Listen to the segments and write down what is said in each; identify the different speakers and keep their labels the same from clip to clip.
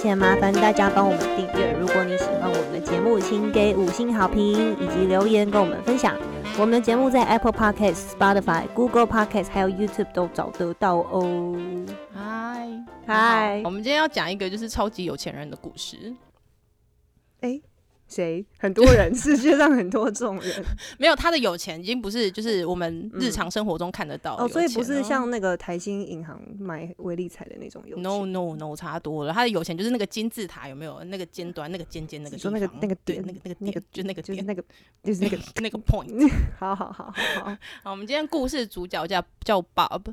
Speaker 1: 前，麻烦大家帮我们订阅。如果你喜欢我们的节目，请给五星好评以及留言跟我们分享。我们的节目在 Apple Podcast、Spotify、Google Podcast 还有 YouTube 都找得到哦。
Speaker 2: 嗨
Speaker 1: 嗨
Speaker 2: 我，们今天要讲一个就是超级有钱人的故事，
Speaker 3: 谁？很多人，世界上很多这种 人
Speaker 2: 没有他的有钱已经不是就是我们日常生活中看得到的
Speaker 3: 哦，所以不
Speaker 2: 有钱
Speaker 3: 是
Speaker 2: 了
Speaker 3: 像那个台新银行买微利彩的那种有钱
Speaker 2: no no no 差多了，他的有钱就是那个金字塔有没有那个尖端那个尖尖那个
Speaker 3: 你
Speaker 2: 地方
Speaker 3: 说那个那个
Speaker 2: 对
Speaker 3: 点
Speaker 2: 那个
Speaker 3: 那
Speaker 2: 那个点就那个
Speaker 3: 就是
Speaker 2: 点
Speaker 3: 那个，就是那个，
Speaker 2: 那个 point。
Speaker 3: 好好好好好，
Speaker 2: 好，我们今天故事主角叫叫 Bob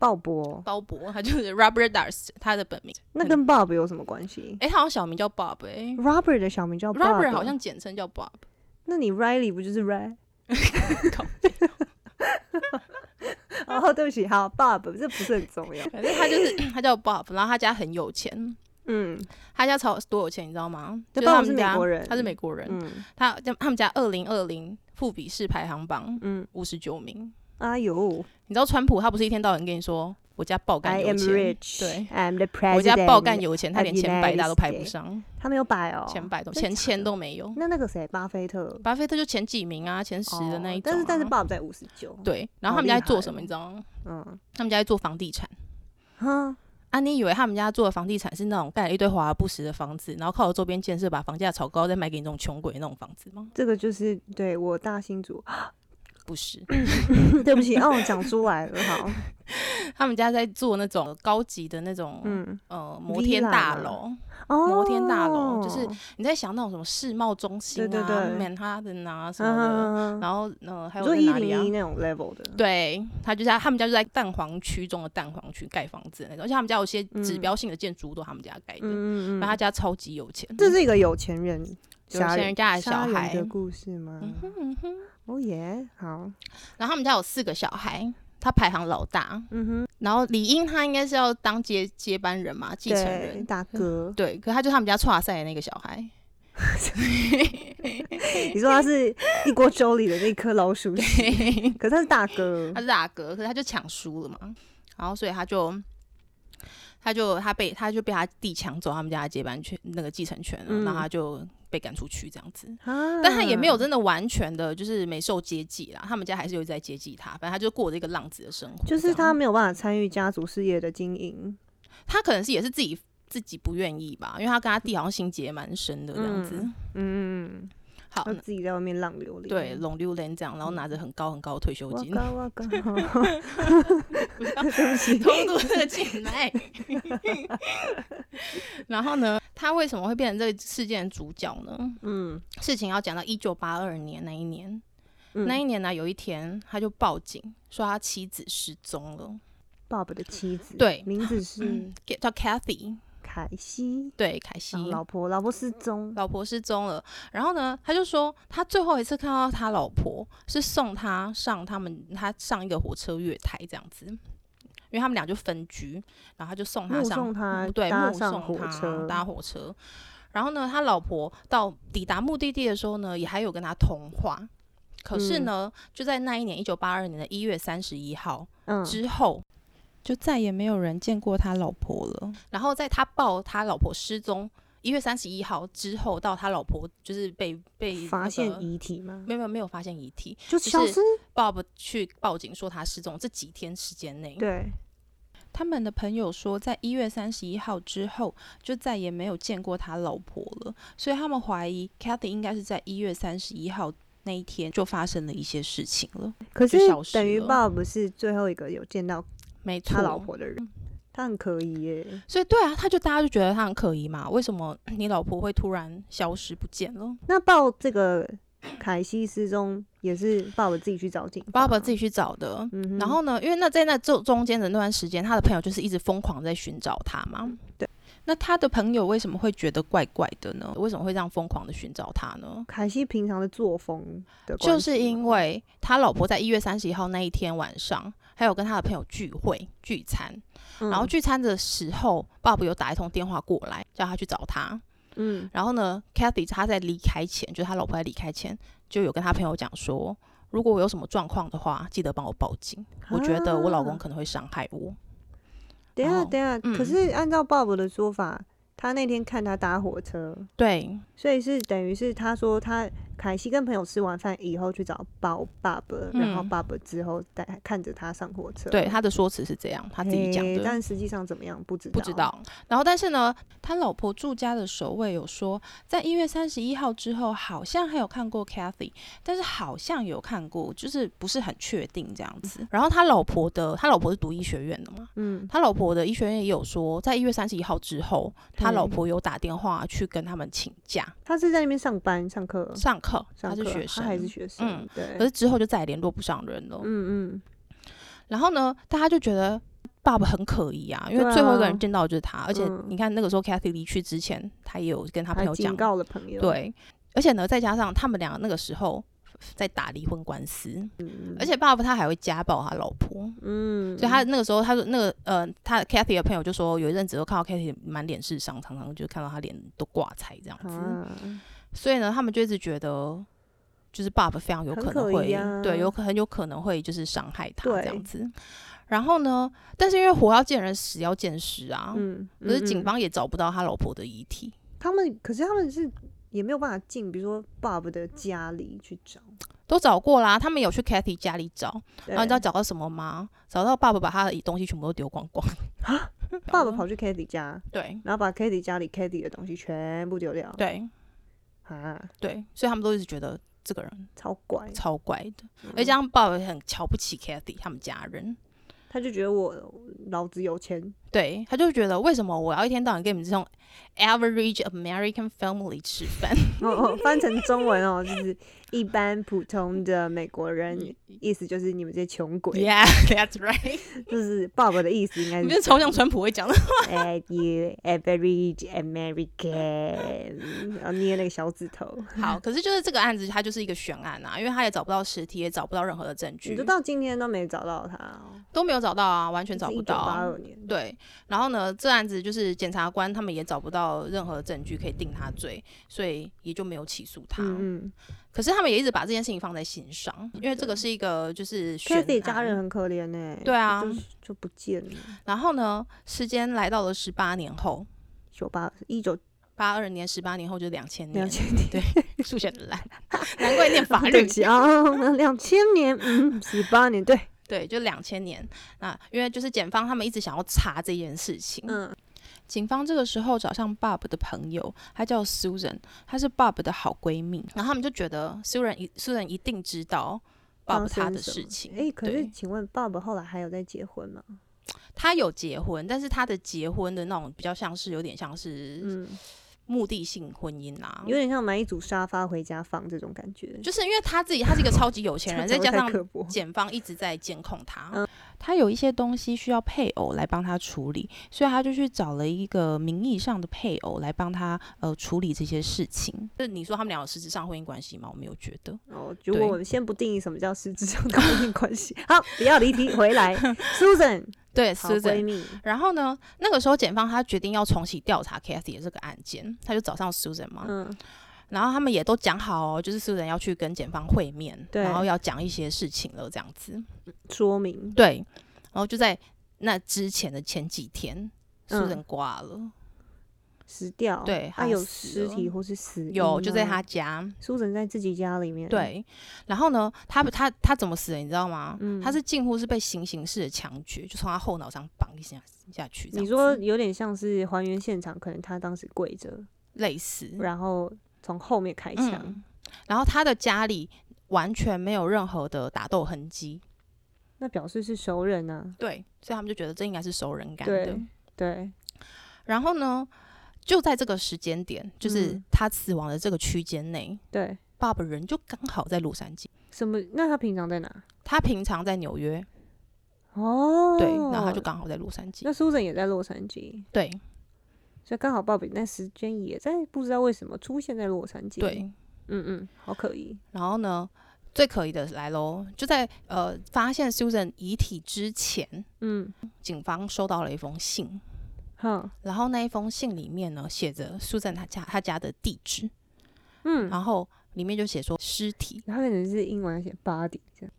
Speaker 3: 鲍勃，
Speaker 2: 鲍勃，他就是 Robert Dars，他的本名。
Speaker 3: 那跟 Bob 有什么关系
Speaker 2: 哎、他好像小名叫 Bob 哎、
Speaker 3: 嗯？Robert 的小名叫
Speaker 2: Robert
Speaker 3: 哦 Bob
Speaker 2: 好像，简称叫 Bob。
Speaker 3: 那你 Riley 不就是 Ray？
Speaker 2: 靠
Speaker 3: 哦，对不起，好，Bob 这不是很重 要。
Speaker 2: 反正他就是 他叫 Bob，然后他家很有钱，
Speaker 3: 嗯
Speaker 2: 他家超多有钱，你知道吗？
Speaker 3: 那
Speaker 2: 就是他
Speaker 3: Bob 是
Speaker 2: 们
Speaker 3: 美
Speaker 2: 家
Speaker 3: 国人
Speaker 2: 他是美国人，
Speaker 3: 嗯
Speaker 2: 他他们家二零二零富比士排行榜
Speaker 3: 嗯，
Speaker 2: 五十九名。
Speaker 3: 哎呦
Speaker 2: 你知道川普他不是一天到晚跟你说我家爆干
Speaker 3: ，I
Speaker 2: 有
Speaker 3: am
Speaker 2: 钱，
Speaker 3: rich，
Speaker 2: 对
Speaker 3: ，I'm the president。
Speaker 2: 我家爆干，有钱，他
Speaker 3: of
Speaker 2: 连前百大都
Speaker 3: United
Speaker 2: 排不
Speaker 3: States
Speaker 2: 上，
Speaker 3: 他没有摆哦，
Speaker 2: 前百都
Speaker 3: 真
Speaker 2: 前
Speaker 3: 假
Speaker 2: 千
Speaker 3: 的
Speaker 2: 都没有。
Speaker 3: 那那个谁，巴菲特
Speaker 2: 巴菲特就前几名啊，前十的那一
Speaker 3: 哦
Speaker 2: 种啊、
Speaker 3: 但是但是 Bob 在五十九，，
Speaker 2: 对，然后
Speaker 3: 好
Speaker 2: 他们家
Speaker 3: 厉
Speaker 2: 在做
Speaker 3: 害
Speaker 2: 什么，你知道吗？
Speaker 3: 嗯，
Speaker 2: 他们家在做房地产。
Speaker 3: 哈，
Speaker 2: 啊，你以为他们家做的房地产是那种盖了一堆华而不实的房子，然后靠着周边建设把房价炒高，再卖给你这种穷鬼那种房子吗？
Speaker 3: 这个就是对我大新主，
Speaker 2: 不是，
Speaker 3: 对不起，哦，讲出来了，好，
Speaker 2: 哦他们家在做那种高级的那种、
Speaker 3: 嗯，
Speaker 2: 呃摩天
Speaker 3: Villa
Speaker 2: 大
Speaker 3: 吗
Speaker 2: 楼。
Speaker 3: 哦，
Speaker 2: 摩天大楼就是你在想那种什么世贸中心啊、
Speaker 3: 对对
Speaker 2: 曼哈顿啊什么的，
Speaker 3: 嗯，
Speaker 2: 然后呃还有
Speaker 3: 做
Speaker 2: 在
Speaker 3: 一
Speaker 2: 哪里啊
Speaker 3: 零一？那种 level 的，
Speaker 2: 对，他就在他们家就在蛋黄区中的蛋黄区盖房子的那种，而且他们家有些指标性的建筑物都他们家盖的，
Speaker 3: 嗯嗯
Speaker 2: 然后他
Speaker 3: 嗯，
Speaker 2: 家超级有钱，
Speaker 3: 这是一个有钱人
Speaker 2: 有
Speaker 3: 杀
Speaker 2: 钱
Speaker 3: 人
Speaker 2: 人家的小
Speaker 3: 杀人
Speaker 2: 孩
Speaker 3: 的，故事吗？
Speaker 2: 嗯哼嗯哼，
Speaker 3: 哦耶，好，
Speaker 2: 然后他们家有四个小孩，他排行老大，
Speaker 3: 嗯哼，
Speaker 2: 然后理应他应该是要当接接班人嘛，继承
Speaker 3: 对，
Speaker 2: 人，
Speaker 3: 大 哥，
Speaker 2: 对，可他就他们家跨赛的那个小孩，
Speaker 3: 你说他是一锅粥里的那颗老鼠屎，可是他是大 哥
Speaker 2: 他，是大哥，可是他就抢输了嘛，然后所以他就他就他被他就被他弟抢走他们家的接班权那个继承权了，
Speaker 3: 嗯
Speaker 2: 然后他就被赶出去这样子。
Speaker 3: 啊
Speaker 2: 但他也没有真的完全的，就是没受接济啦。他们家还是有在接济他，反正他就过着一个浪子的生活这
Speaker 3: 就
Speaker 2: 样。
Speaker 3: 是他没有办法参与家族事业的经营，
Speaker 2: 他可能是也是自己自己不愿意吧，因为他跟他弟好像心结蛮深的这样子。
Speaker 3: 嗯嗯，
Speaker 2: 好
Speaker 3: 他，自己在外面浪流连。
Speaker 2: 对，龙溜连这样，然后拿着很高很高的退休
Speaker 3: 哇
Speaker 2: 金，
Speaker 3: 嘎哇嘎，
Speaker 2: 偷渡这个进来。 然后呢，他为什么会变成这个事件的主角呢？
Speaker 3: 嗯，
Speaker 2: 事情要讲到一九八二年那一年，
Speaker 3: 嗯
Speaker 2: 那一年呢，有一天他就报警说他妻子失踪了，
Speaker 3: Bob 的妻子，
Speaker 2: 对
Speaker 3: 名字是
Speaker 2: 嗯，叫 Kathy，
Speaker 3: 凯西，
Speaker 2: 对，凯西
Speaker 3: 然后老婆，老婆失踪，
Speaker 2: 嗯老婆失踪了，然后呢，他就说他最后一次看到他老婆是送他上他们他上一个火车月台这样子，因为他们俩就分居，然后他就送他
Speaker 3: 目
Speaker 2: 上
Speaker 3: 送他
Speaker 2: 嗯对
Speaker 3: 搭
Speaker 2: 目
Speaker 3: 上
Speaker 2: 送
Speaker 3: 火
Speaker 2: 他
Speaker 3: 车
Speaker 2: 搭火车，然后呢，他老婆到抵达目的地的时候呢，也还有跟他通话。可是呢，就在那一年，一九八二年的一月三十一号
Speaker 3: 嗯，
Speaker 2: 之后，就再也没有人见过他老婆了。然后在他报他老婆失踪一月三十一号之后，到他老婆就是被被、那个、
Speaker 3: 发现遗体吗？
Speaker 2: 没有没有没有发现遗体
Speaker 3: 就消
Speaker 2: 是
Speaker 3: 失，
Speaker 2: ，Bob 去报警说他失踪。这几天时间内，
Speaker 3: 对，
Speaker 2: 他们的朋友说，在一月三十一号之后，就再也没有见过他老婆了，所以他们怀疑 Kathy 应该是在一月三十一号那一天就发生了一些事情了。
Speaker 3: 可是
Speaker 2: 就消失
Speaker 3: 等于
Speaker 2: 了
Speaker 3: Bob 是最后一个有见到
Speaker 2: 没错，嗯
Speaker 3: 他老婆的人，他很可疑耶。
Speaker 2: 所以对啊，他就大家就觉得他很可疑嘛，为什么你老婆会突然消失不见了
Speaker 3: 那报这个凯西失踪也是 Bob 自己去找警
Speaker 2: 爸爸自
Speaker 3: 己，
Speaker 2: 己去找的。
Speaker 3: 嗯哼
Speaker 2: 然后呢，因为那在那中中间的那段时间，他的朋友就是一直疯狂在寻找他嘛。
Speaker 3: 对。
Speaker 2: 那他的朋友为什么会觉得怪怪的呢？为什么会这样疯狂的寻找他呢？
Speaker 3: 凯西平常的作风的关系吗，
Speaker 2: 就是因为他老婆在一月三十一号那一天晚上，还有跟他的朋友聚会聚餐，
Speaker 3: 嗯，
Speaker 2: 然后聚餐的时候，Bob 有打一通电话过来，叫他去找他。
Speaker 3: 嗯，
Speaker 2: 然后呢，Kathy 她在离开前，就是她老婆在离开前，就有跟她朋友讲说，如果我有什么状况的话，记得帮我报警。我觉得我老公
Speaker 3: 啊
Speaker 2: 可能会伤害我。
Speaker 3: 等一下
Speaker 2: 然后
Speaker 3: 等一下，
Speaker 2: 嗯
Speaker 3: 可是按照 Bob 的说法，他那天看他搭火车，
Speaker 2: 对，
Speaker 3: 所以是等于是他说他凯西跟朋友吃完饭以后去找包爸爸，然后
Speaker 2: 嗯
Speaker 3: 爸爸之后带看着他上火车，
Speaker 2: 对，他的说辞是这样，他自己讲
Speaker 3: 嘿
Speaker 2: 的。
Speaker 3: 但实际上怎么样不知道，
Speaker 2: 不知道。然后，但是呢，他老婆住家的守卫有说，在一月三十一号之后，好像还有看过 Kathy，但是好像有看过，就是不是很确定这样子。然后他老婆的，他老婆是读医学院的嘛，
Speaker 3: 嗯，
Speaker 2: 他老婆的医学院也有说，在一月三十一号之后，他老
Speaker 3: 嗯
Speaker 2: 婆有打电话去跟他们请假
Speaker 3: 他是在那边上班上课，
Speaker 2: 上课，他
Speaker 3: 嗯上
Speaker 2: 是
Speaker 3: 课
Speaker 2: 学
Speaker 3: 他还是
Speaker 2: 生。
Speaker 3: 学生，
Speaker 2: 嗯
Speaker 3: 对，
Speaker 2: 可是之后就再也联络不上人了。
Speaker 3: 嗯嗯，
Speaker 2: 然后呢，大家就觉得爸爸很可疑啊，因为
Speaker 3: 对
Speaker 2: 最后一个
Speaker 3: 啊
Speaker 2: 人见到的就是他，而且
Speaker 3: 嗯
Speaker 2: 你看那个时候 Kathy 离去之前，他也有跟他朋
Speaker 3: 还
Speaker 2: 友
Speaker 3: 警
Speaker 2: 讲，
Speaker 3: 告了朋友，
Speaker 2: 对，而且呢，再加上他们俩那个时候在打离婚官司，
Speaker 3: 嗯，
Speaker 2: 而
Speaker 3: 且
Speaker 2: 且爸爸他还会家暴他老婆。
Speaker 3: 嗯，
Speaker 2: 所以他那个时候，他说那个呃，他 Kathy 的朋友就说，有一阵子都看到 Kathy 满脸是伤，常常就看到他脸都挂彩这样子。
Speaker 3: 啊，
Speaker 2: 所以呢，他们就一直觉得，就是爸爸非常有
Speaker 3: 很
Speaker 2: 可能
Speaker 3: 可
Speaker 2: 会，
Speaker 3: 疑啊
Speaker 2: 对，有可很有可能会就是伤害他
Speaker 3: 对
Speaker 2: 这样子。然后呢，但是因为活要见人，死要见尸啊，
Speaker 3: 嗯，
Speaker 2: 可是
Speaker 3: 嗯
Speaker 2: 警
Speaker 3: 嗯
Speaker 2: 方也找不到他老婆的遗体，
Speaker 3: 他们，可是他们是也没有办法进，比如说 Bob 的家里去找，
Speaker 2: 都找过啦，他们有去 Kathy 家里找，
Speaker 3: 然
Speaker 2: 然哦后你知道找到什么吗？找到爸爸把他的东西全部都丢光光。
Speaker 3: 爸
Speaker 2: 哦
Speaker 3: 爸跑去 Kitty 家，
Speaker 2: 对
Speaker 3: 然后把 Kitty 家里 Kitty 的东西全部丢掉，
Speaker 2: 对
Speaker 3: 啊，
Speaker 2: 对，所以他们都一直觉得这个人
Speaker 3: 超怪，
Speaker 2: 超怪的，
Speaker 3: 嗯
Speaker 2: 而且他们爸爸很瞧不起 Kathy 他们家人。
Speaker 3: 他就觉得我老子有钱，
Speaker 2: 对，他就觉得为什么我要一天到晚跟你们这种 average American family 吃饭？
Speaker 3: 哦哦，翻成中文哦，就是一般普通的美国人，意思就是你们这些穷鬼，
Speaker 2: yeah, that's right。
Speaker 3: 就是 Bob 的意思应该
Speaker 2: 你
Speaker 3: 是
Speaker 2: 这超像川普会讲 的。
Speaker 3: 哎，you average American，然后捏那个小指头，
Speaker 2: 好，可是就是这个案子，它就是一个悬案啊，因为他也找不到尸体，也找不到任何的证
Speaker 3: 你
Speaker 2: 据
Speaker 3: 就，到今天都没找到他哦，
Speaker 2: 都没有找到啊，完全找不到啊。
Speaker 3: 八二年，
Speaker 2: 对，然后呢，这案子就是检察官他们也找不到任何证据可以定他罪，所以也就没有起诉他。
Speaker 3: 嗯嗯。
Speaker 2: 可是他们也一直把这件事情放在心上，因为这个是一个就是悬
Speaker 3: Kathy 家
Speaker 2: 案
Speaker 3: 人。很可怜呢、
Speaker 2: 对啊
Speaker 3: 就就不见了。
Speaker 2: 然后呢，时间来到了十八年后，
Speaker 3: 九八一九
Speaker 2: 八二年十八年后就是两千年
Speaker 3: 两，千年，
Speaker 2: 数学很烂，难怪念法
Speaker 3: 对
Speaker 2: 律
Speaker 3: 不。起啊，两千年，嗯，十八年，对，
Speaker 2: 对，就两千年。那因为就是检方他们一直想要查这件事情，
Speaker 3: 嗯，
Speaker 2: 警方这个时候找上 Bob 的朋友，她叫 Susan，她是 Bob 的好闺蜜。然后他们就觉得 Susan 一 Susan 一定知道
Speaker 3: 发
Speaker 2: Bob 他
Speaker 3: 生
Speaker 2: 的
Speaker 3: 什
Speaker 2: 事
Speaker 3: 么
Speaker 2: 情。
Speaker 3: 哎、可是
Speaker 2: 对，
Speaker 3: 请问 Bob 后来还有在结婚吗？
Speaker 2: 他有结婚，但是他的结婚的那种比较像是有点像是
Speaker 3: 嗯，
Speaker 2: 目的性婚姻啦、
Speaker 3: 有点像买一组沙发回家放这种感觉，
Speaker 2: 就是因为他自己他是一个超级有钱人，再加
Speaker 3: 讲得
Speaker 2: 上
Speaker 3: 太刻薄，
Speaker 2: 检方一直在监控他，
Speaker 3: 嗯
Speaker 2: 他有一些东西需要配偶来帮他处理，所以他就去找了一个名义上的配偶来帮他呃处理这些事情。就是你说他们俩有实质上婚姻关系吗？我没有觉得。
Speaker 3: 哦，如
Speaker 2: 对
Speaker 3: 果我们先不定义什么叫实质上的婚姻关系， 好，不要离题，回 来，Susan，
Speaker 2: 对
Speaker 3: 好闺
Speaker 2: ，Susan。
Speaker 3: 蜜，
Speaker 2: 然后呢，那个时候检方他决定要重启调查 Kathy 的这个案件，他就找上 Susan 嘛。
Speaker 3: 嗯，
Speaker 2: 然后他们也都讲好、哦，就是 Susan 要去跟检方会面，
Speaker 3: 对
Speaker 2: 然后要讲一些事情了，这样子。
Speaker 3: 说明，
Speaker 2: 对，然后就在那之前的前几天。
Speaker 3: 嗯
Speaker 2: Susan 挂了，
Speaker 3: 死掉，
Speaker 2: 对
Speaker 3: 他、
Speaker 2: 她
Speaker 3: 有
Speaker 2: 死
Speaker 3: 尸
Speaker 2: 了
Speaker 3: 体或是死因
Speaker 2: 有就在
Speaker 3: 吗
Speaker 2: 他家，
Speaker 3: Susan 在自己家里面，，
Speaker 2: 对，然后呢，他他他怎么死的，你知道吗？
Speaker 3: 嗯
Speaker 2: 他是近乎是被行刑式的强决，就从他后脑上绑一下下去这样子。
Speaker 3: 你说有点像是还原现场，可能他当时跪着，
Speaker 2: 类似？
Speaker 3: 然后从后面开枪，
Speaker 2: 嗯。然后他的家里完全没有任何的打斗痕迹，
Speaker 3: 那表示是熟人啊。
Speaker 2: 对，所以他们就觉得这应该是熟人干的
Speaker 3: 对。对，
Speaker 2: 然后呢，就在这个时间点，就是
Speaker 3: 嗯
Speaker 2: 他死亡的这个区间内，
Speaker 3: 对，
Speaker 2: 爸爸人就刚好在洛杉矶，
Speaker 3: 什么？那他平常在哪？
Speaker 2: 他平常在纽约，
Speaker 3: 哦，
Speaker 2: 对，然后他就刚好在洛杉矶，
Speaker 3: 那 Susan 也在洛杉矶，
Speaker 2: 对
Speaker 3: 所以刚好鲍比那时间也在，不知道为什么出现在洛杉矶。，
Speaker 2: 对。
Speaker 3: 嗯嗯，好可疑。
Speaker 2: 然后呢，最可疑的来喽，就在呃发现 Susan 遗体之前，
Speaker 3: 嗯，
Speaker 2: 警方收到了一封信，
Speaker 3: 好，
Speaker 2: 然后那一封信里面呢写着 Susan 她家她家的地址，
Speaker 3: 嗯，
Speaker 2: 然后里面就写说尸体，
Speaker 3: 他可能是英文写 body 这样。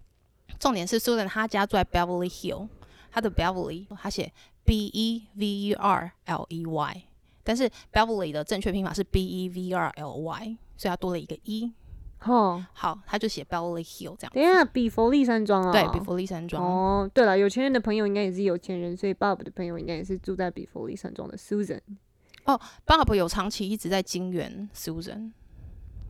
Speaker 2: 重点是 Susan 她家住在 Beverly Hill，她的 Beverly 她写 B E V E R L E Y。但是 Beverly 的正确拼法是 B E V R L Y，所以它多了一个 E。
Speaker 3: 哦，
Speaker 2: 好，他就写 Beverly Hill 这样。
Speaker 3: 等一下，比佛利山庄啊，
Speaker 2: 对，比佛利山庄。
Speaker 3: 哦，对了，有钱人的朋友应该也是有钱人，所以 Bob 的朋友应该也是住在比佛利山庄的 Susan。
Speaker 2: Bob 有长期一直在金援 Susan，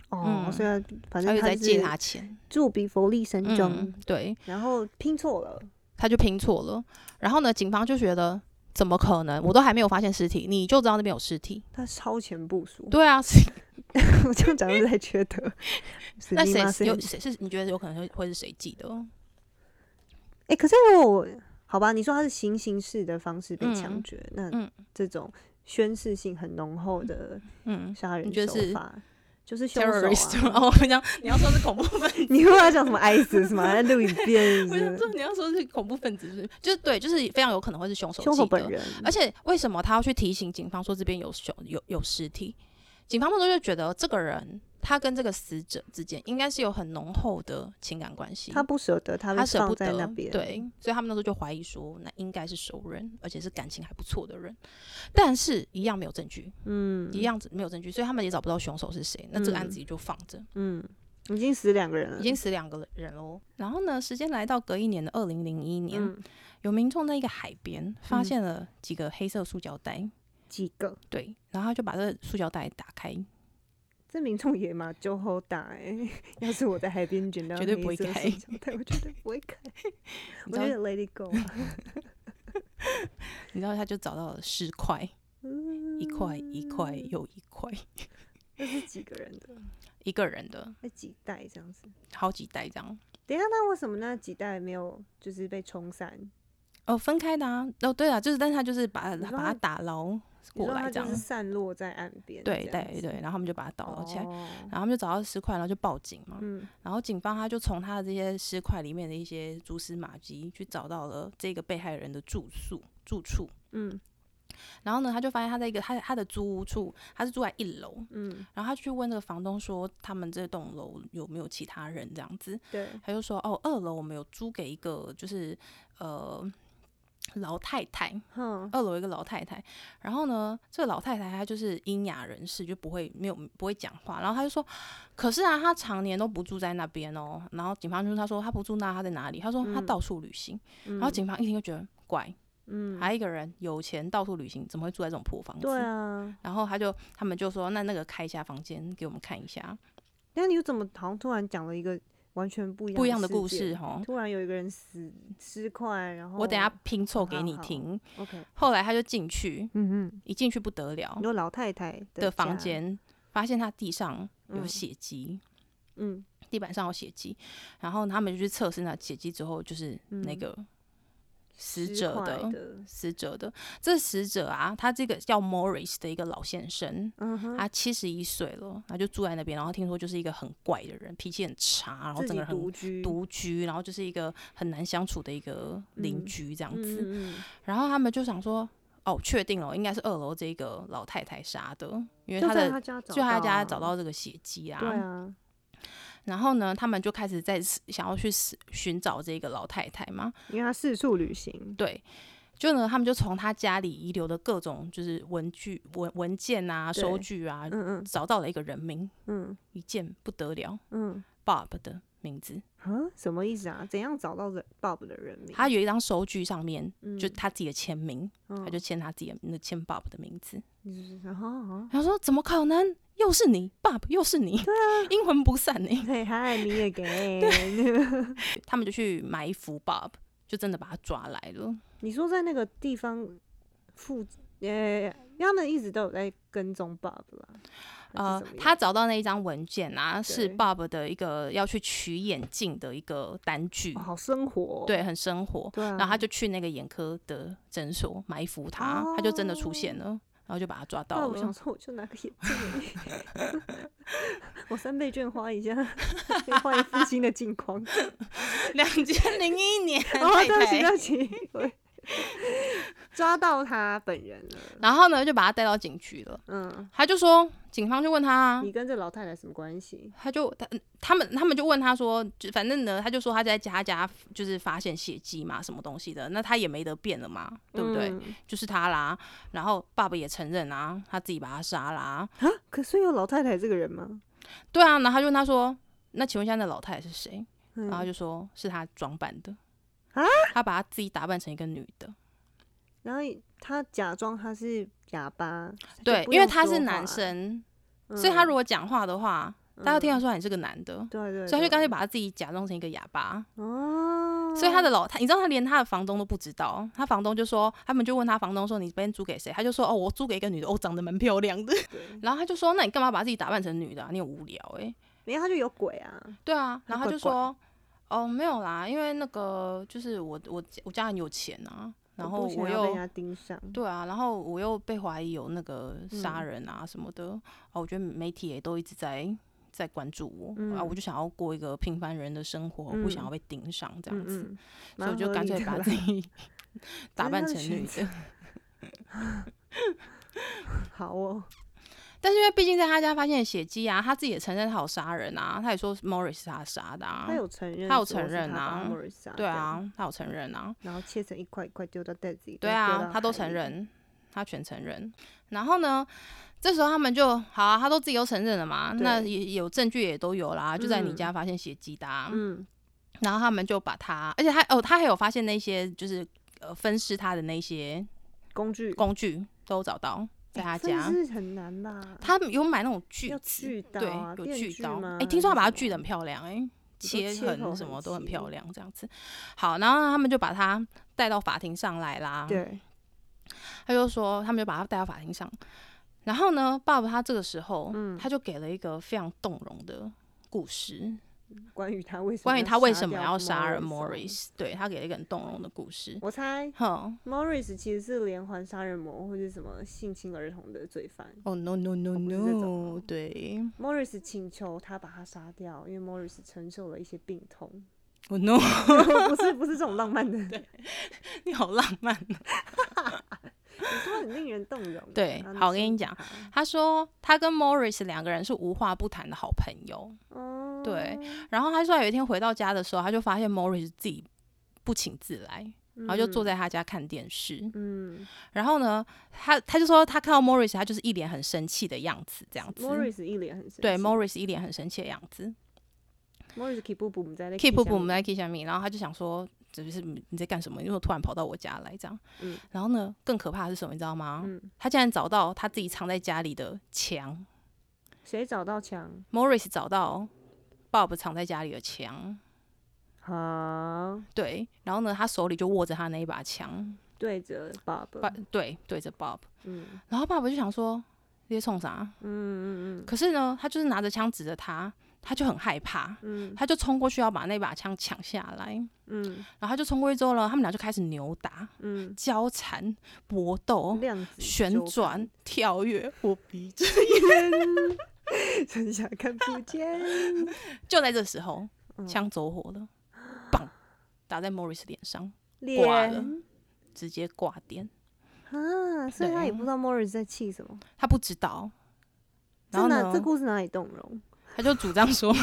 Speaker 3: 哦，
Speaker 2: 嗯
Speaker 3: 所以他反
Speaker 2: 他
Speaker 3: 正
Speaker 2: 一直
Speaker 3: 他
Speaker 2: 在借
Speaker 3: 是
Speaker 2: 他钱。
Speaker 3: 住比佛利山庄，
Speaker 2: 嗯，对，
Speaker 3: 然后拼错了，
Speaker 2: 他就拼错了。然后呢，警方就觉得怎么可能？我都还没有发现尸体，你就知道那边有尸体？
Speaker 3: 他超前部署。
Speaker 2: 对啊，
Speaker 3: 我这样讲是在缺 德。死
Speaker 2: 那
Speaker 3: 命吗
Speaker 2: 谁有
Speaker 3: 哎
Speaker 2: 谁是你觉得有可能会会是谁记得？、
Speaker 3: 诶可是如果我好吧，你说他是行刑式的方式被
Speaker 2: 嗯
Speaker 3: 枪决，那
Speaker 2: 嗯
Speaker 3: 这种宣誓性很浓厚的
Speaker 2: 嗯
Speaker 3: 杀人
Speaker 2: 你觉得
Speaker 3: 手
Speaker 2: 是
Speaker 3: 法，就是凶手、
Speaker 2: ，terrorist
Speaker 3: 啊。，
Speaker 2: 吗。 哦，我想你要说是恐怖分子
Speaker 3: 你又要讲什么 ISIS 吗？还在录影片是不
Speaker 2: 我想
Speaker 3: 是
Speaker 2: 说你要说是恐怖分子，是不是就是对，就是非常有可能会是凶手。
Speaker 3: 凶手本。人，
Speaker 2: 而且为什么他要去提醒警方说这边有凶有有尸体？警方那时候就觉得这个人他跟这个死者之间应该是有很浓厚的情感关系，
Speaker 3: 他不舍得，他
Speaker 2: 他
Speaker 3: 被
Speaker 2: 舍
Speaker 3: 放
Speaker 2: 不
Speaker 3: 在
Speaker 2: 得
Speaker 3: 那边，
Speaker 2: 对，所以他们那时候就怀疑说那应该是熟人，而且是感情还不错的人，但是一样没有证据，
Speaker 3: 嗯
Speaker 2: 一样子没有证据，所以他们也找不到凶手是谁，那这个案子也就放着。
Speaker 3: 嗯，已经死两个人了，
Speaker 2: 已经死两个人喽。然后呢，时间来到隔一年的二零零一年，
Speaker 3: 嗯
Speaker 2: 有民众在一个海边发现了几个黑色塑胶袋，
Speaker 3: 几个，
Speaker 2: 对，然后他就把这个塑胶袋打开，
Speaker 3: 这民众也嘛就好打哎、 要是我在海边捡到
Speaker 2: 绝对不
Speaker 3: 黑
Speaker 2: 会
Speaker 3: 色
Speaker 2: 开
Speaker 3: 塑胶袋，我绝对不会开，
Speaker 2: 你
Speaker 3: 我
Speaker 2: 知道
Speaker 3: 觉得 Let it go 啊、
Speaker 2: 你知道他就找到了十块， 一块一块又一块，
Speaker 3: 嗯那是几个人的，
Speaker 2: 一个人的
Speaker 3: 那几袋这样子。
Speaker 2: 好几袋这样。
Speaker 3: 等一下，那为什么那几袋没有就是被冲散？
Speaker 2: 哦，分开的啊，哦，对啊，就是，但是他就是把
Speaker 3: 你
Speaker 2: 它
Speaker 3: 说
Speaker 2: 把
Speaker 3: 他
Speaker 2: 它打捞
Speaker 3: 你
Speaker 2: 过
Speaker 3: 说
Speaker 2: 来
Speaker 3: 它
Speaker 2: 这
Speaker 3: 就
Speaker 2: 样
Speaker 3: 是，散落在岸边这
Speaker 2: 对
Speaker 3: 样子，
Speaker 2: 对对，然后他们就把它打捞起来，
Speaker 3: 哦
Speaker 2: 然后他们就找到尸块，然后就报警嘛，
Speaker 3: 嗯，
Speaker 2: 然后警方他就从他的这些尸块里面的一些蛛丝马迹，去找到了这个被害人的住宿住处。
Speaker 3: 嗯
Speaker 2: 然后呢，他就发现他在一个他他的租屋处，他是住在一楼。
Speaker 3: 嗯，
Speaker 2: 然后他就去问那个房东说，他们这栋楼有没有其他人这样子？
Speaker 3: 对，
Speaker 2: 他就说，哦，二楼我们有租给一个就是呃老太太，
Speaker 3: 哼，
Speaker 2: 二楼有一个老太太，然后呢，这个老太太她就是聋哑人士，就不会没有不会讲话，然后她就说，可是啊，她常年都不住在那边哦。然后警方就问她说，她不住那，她在哪里？她说她
Speaker 3: 嗯
Speaker 2: 到处旅行。然后警方一听就觉得怪，
Speaker 3: 嗯，
Speaker 2: 还一个人有钱到处旅行，怎么会住在这种破房子？
Speaker 3: 对啊，
Speaker 2: 然后他就他们就说，那那个开一下房间给我们看一下，
Speaker 3: 那你又怎么好像突然讲了一个完全不一样
Speaker 2: 不一样的
Speaker 3: 事
Speaker 2: 故
Speaker 3: 件
Speaker 2: 事？哦。
Speaker 3: 突然有一个人死尸块，然后
Speaker 2: 我等一下拼凑
Speaker 3: 好
Speaker 2: 给你
Speaker 3: 好
Speaker 2: 听。
Speaker 3: OK，
Speaker 2: 后来他就进去，
Speaker 3: 嗯嗯，
Speaker 2: 一进去不得了
Speaker 3: 你，说老太太
Speaker 2: 的
Speaker 3: 家
Speaker 2: 房，间，发现他地上有
Speaker 3: 嗯
Speaker 2: 血迹。
Speaker 3: 嗯，
Speaker 2: 地板上有血迹，然后他们就去测试那血迹之后，就是那
Speaker 3: 嗯
Speaker 2: 个死
Speaker 3: 尸
Speaker 2: 者
Speaker 3: 块
Speaker 2: 的、
Speaker 3: 的，
Speaker 2: 死者的这死者啊，他这个叫 Morris 的一个老先生，
Speaker 3: 嗯哼，
Speaker 2: 他七十一岁了，他就住在那边，然后听说就是一个很怪的人，脾气很差，然后
Speaker 3: 自
Speaker 2: 整个
Speaker 3: 己
Speaker 2: 人
Speaker 3: 独
Speaker 2: 很
Speaker 3: 居，
Speaker 2: 独居，然后就是一个很难相处的一个邻
Speaker 3: 嗯
Speaker 2: 居这样
Speaker 3: 嗯
Speaker 2: 子。
Speaker 3: 嗯嗯
Speaker 2: 然后他们就想说，哦，确定了，应该是二楼这个老太太杀的，因为
Speaker 3: 嗯就
Speaker 2: 他
Speaker 3: 在
Speaker 2: 的
Speaker 3: 他家找，
Speaker 2: 就他家找，到这个血迹
Speaker 3: 对啊，
Speaker 2: 然后呢，他们就开始在想要去死寻找这个老太太嘛。
Speaker 3: 因为他四处旅行，
Speaker 2: 对，就呢，他们就从他家里遗留的各种就是文具、文文件啊、
Speaker 3: 对
Speaker 2: 收据啊，
Speaker 3: 嗯
Speaker 2: 找到了一个人名，
Speaker 3: 嗯
Speaker 2: 一见不得了
Speaker 3: 嗯
Speaker 2: ，Bob 的名字。
Speaker 3: 嗯，啊，什么意思啊？怎样找到人 Bob 的人名？
Speaker 2: 他有一张收据，上面就
Speaker 3: 嗯
Speaker 2: 他自己的签名，
Speaker 3: 他
Speaker 2: 他就签他自己的那签 Bob 的名字。
Speaker 3: 然后哦
Speaker 2: 然后说怎么可能？又是你，Bob，又是你，对啊， 阴魂不散呢、
Speaker 3: 嘿嗨，你也给，
Speaker 2: 他们就去埋伏 Bob，就真的把他抓来了。
Speaker 3: 你说在那个地方附，呃，他们一直都有在跟踪 Bob 啦，还
Speaker 2: 呃
Speaker 3: 是怎么，样
Speaker 2: 他找到那一张文件啊，是
Speaker 3: 对
Speaker 2: Bob 的一个要去取眼镜的一个单据，
Speaker 3: 哦好生活哦，
Speaker 2: 对，很生活。
Speaker 3: 对啊，
Speaker 2: 然后他就去那个眼科的诊所埋伏他，他就真的出现了，然后就把他抓
Speaker 3: 对啊
Speaker 2: 到
Speaker 3: 哦我 想
Speaker 2: 了。
Speaker 3: 说，我就拿个眼镜而已， 我三倍券花 一下，可以换一副新的镜框。
Speaker 2: 两千零一年，
Speaker 3: 哦，
Speaker 2: 太
Speaker 3: 对不起，对
Speaker 2: 太
Speaker 3: 不起，我抓到他本人了。
Speaker 2: 然后呢，就把他带到警局了。
Speaker 3: 嗯，
Speaker 2: 他就说，警方就问他啊，
Speaker 3: 你跟这老太太什么关系？
Speaker 2: 他就他他们他们就问他说，就反正呢，他就说他在家家就是发现血迹嘛，什么东西的，那他也没得辩了嘛，对不对？
Speaker 3: 嗯
Speaker 2: 就是他啦。然后爸爸也承认啊，他自己把他杀啦、
Speaker 3: 啊，可是有老太太这个人吗？
Speaker 2: 对啊，然后他就问他说：“那请问一下，那老太太是谁？”
Speaker 3: 嗯
Speaker 2: 然后他啊就说是他装扮的
Speaker 3: 啊，
Speaker 2: 他把他自己打扮成一个女的。
Speaker 3: 然后他假装他是哑巴，就
Speaker 2: 对，
Speaker 3: 不
Speaker 2: 因为
Speaker 3: 用
Speaker 2: 他是
Speaker 3: 说
Speaker 2: 男
Speaker 3: 话，
Speaker 2: 生，
Speaker 3: 嗯
Speaker 2: 所以他如果讲话的话，大家听
Speaker 3: 嗯
Speaker 2: 得出来你是个男的，
Speaker 3: 对对，
Speaker 2: 所以他就
Speaker 3: 嗯对
Speaker 2: 干脆把他自己假装成一个哑巴。
Speaker 3: 哦，
Speaker 2: 所以他的老他，你知道他连他的房东都不知道，他房东就说，他们就问他房东说你这边租给谁，他就说哦我租给一个女的，哦长得蛮漂亮的，
Speaker 3: 对
Speaker 2: 然后他就说那你干嘛把自己打扮成女的、啊，你很无聊哎、
Speaker 3: 没有他就有鬼啊，
Speaker 2: 对啊，
Speaker 3: 那
Speaker 2: 然后他
Speaker 3: 怪
Speaker 2: 就
Speaker 3: 怪
Speaker 2: 说，哦，没有啦，因为那个就是我我我家人有钱啊，然后
Speaker 3: 我不
Speaker 2: 我
Speaker 3: 想要被人
Speaker 2: 又
Speaker 3: 家盯上，
Speaker 2: 对啊，然后我又被怀疑有那个
Speaker 3: 嗯
Speaker 2: 杀人啊什么的，哦，我觉得媒体也都一直在在关注我、啊，
Speaker 3: 嗯
Speaker 2: 我就想要过一个平凡人的生活，我不想
Speaker 3: 嗯
Speaker 2: 要被盯上这样
Speaker 3: 嗯
Speaker 2: 子，
Speaker 3: 嗯，
Speaker 2: 所以我
Speaker 3: 蛮
Speaker 2: 就
Speaker 3: 合
Speaker 2: 干
Speaker 3: 理的啦
Speaker 2: 脆把自己打
Speaker 3: 是
Speaker 2: 扮
Speaker 3: 他的
Speaker 2: 成
Speaker 3: 选
Speaker 2: 女
Speaker 3: 择
Speaker 2: 的，
Speaker 3: 好哦，
Speaker 2: 但是因为毕竟在他家发现血迹啊，他自己也承认他有杀人啊，他也说 Morris 是他杀的啊
Speaker 3: 他。有承认说是
Speaker 2: 他
Speaker 3: 他
Speaker 2: 有承认
Speaker 3: 把
Speaker 2: 啊
Speaker 3: 阿莫瑞杀
Speaker 2: 对
Speaker 3: 掉，
Speaker 2: 啊，他有承认啊，
Speaker 3: 然后切成一块一块丢到袋子里，
Speaker 2: 对
Speaker 3: 再丢
Speaker 2: 啊
Speaker 3: 到，
Speaker 2: 他都
Speaker 3: 海
Speaker 2: 承
Speaker 3: 里，
Speaker 2: 认，他全承认。然后呢，这时候他们就好啊，他都自己都承认了嘛，那
Speaker 3: 对
Speaker 2: 也有证据也都有啦，就在你
Speaker 3: 嗯
Speaker 2: 家发现血迹的、啊
Speaker 3: 嗯，
Speaker 2: 然后他们就把他，而且他哦，他还有发现那些就是呃分尸他的那些
Speaker 3: 工具
Speaker 2: 工具都找到在他
Speaker 3: 哎分
Speaker 2: 家，
Speaker 3: 尸很难吧？
Speaker 2: 他有买那种锯
Speaker 3: 要
Speaker 2: 子，
Speaker 3: 锯刀啊，
Speaker 2: 对，有
Speaker 3: 电
Speaker 2: 锯刀
Speaker 3: 吗？。
Speaker 2: 哎、听说他把它锯
Speaker 3: 的
Speaker 2: 的很漂亮、哎，切
Speaker 3: 切口
Speaker 2: 痕什
Speaker 3: 痕
Speaker 2: 么都很
Speaker 3: 迹
Speaker 2: 漂亮，这样子。好，然后他们就把他带到法庭上来啦。
Speaker 3: 对，
Speaker 2: 他就说他们就把他带到法庭上，然后呢，爸爸他这个时候，
Speaker 3: 嗯
Speaker 2: 他就给了一个非常动容的故事，
Speaker 3: 关于他为什么
Speaker 2: 关于他为什么
Speaker 3: 掉
Speaker 2: 要杀人
Speaker 3: Morris 啊
Speaker 2: Morris，对他给了一个很动容的故事。
Speaker 3: 我猜
Speaker 2: 哼
Speaker 3: Morris 其实是连环杀人魔或者什么性侵儿童的罪犯。
Speaker 2: 哦、no no no
Speaker 3: 不是这种
Speaker 2: no，
Speaker 3: 哦
Speaker 2: 对
Speaker 3: Morris 请求他把他杀掉，因为 Morris 承受了一些病 痛。
Speaker 2: ，Oh no，
Speaker 3: 不是不是这种浪漫的，你
Speaker 2: 你好浪漫哦。
Speaker 3: 说很令人动容。
Speaker 2: 对
Speaker 3: 啊
Speaker 2: 好我跟你，
Speaker 3: 说
Speaker 2: 讲
Speaker 3: 好
Speaker 2: 他说他跟 Morris 两个人是无话不谈的好朋友。
Speaker 3: 哦，
Speaker 2: 对，然后他说他有一天回到家的时候，他就发现 Morris 自己不请自来，然后就坐在他家看电视。
Speaker 3: 嗯
Speaker 2: 然后呢，他他就说他看到 Morris，他就是一脸很生气的样子，这样子。
Speaker 3: ，Morris 一脸很生气
Speaker 2: 对 Morris 一脸很生气的样子
Speaker 3: Morris keep 不们在那
Speaker 2: ，keep
Speaker 3: 下
Speaker 2: up
Speaker 3: 面
Speaker 2: Nike 下面，然后他就想说，这就是你在干什么？你为什么突然跑到我家来这样？
Speaker 3: 嗯
Speaker 2: 然后呢，更可怕的是什么？你知道吗？
Speaker 3: 嗯
Speaker 2: 他竟然找到他自己藏在家里的枪
Speaker 3: 谁找到枪？
Speaker 2: ，Morris 找到 Bob 藏在家里的枪，
Speaker 3: 好，
Speaker 2: 对，然后呢，他手里就握着他那一把枪，
Speaker 3: 对着 Bob，
Speaker 2: 把对对着 Bob，
Speaker 3: 嗯
Speaker 2: 然后 Bob 就想说，你在冲啥？
Speaker 3: 嗯嗯嗯
Speaker 2: 可是呢，他就是拿着枪指着他，他就很害怕，
Speaker 3: 嗯
Speaker 2: 他就冲过去要把那把枪抢下来，
Speaker 3: 嗯
Speaker 2: 然后他就冲过去之后呢，他们俩就开始扭打、
Speaker 3: 嗯
Speaker 2: 交缠、搏斗、
Speaker 3: 量子
Speaker 2: 旋
Speaker 3: 纠
Speaker 2: 转、跳跃。我鼻子
Speaker 3: 缠，真想看不见。
Speaker 2: 就在这时候，
Speaker 3: 嗯
Speaker 2: 枪走火了，棒，打在 Morris 脸上，
Speaker 3: 脸
Speaker 2: 挂了，直接挂电。
Speaker 3: 啊，所以他
Speaker 2: 对
Speaker 3: 也不知道 Morris 在气什么。
Speaker 2: 他不知道，然
Speaker 3: 这
Speaker 2: 后
Speaker 3: 哪
Speaker 2: 呢
Speaker 3: 啊这，故事哪里动容？
Speaker 2: 他就主张 说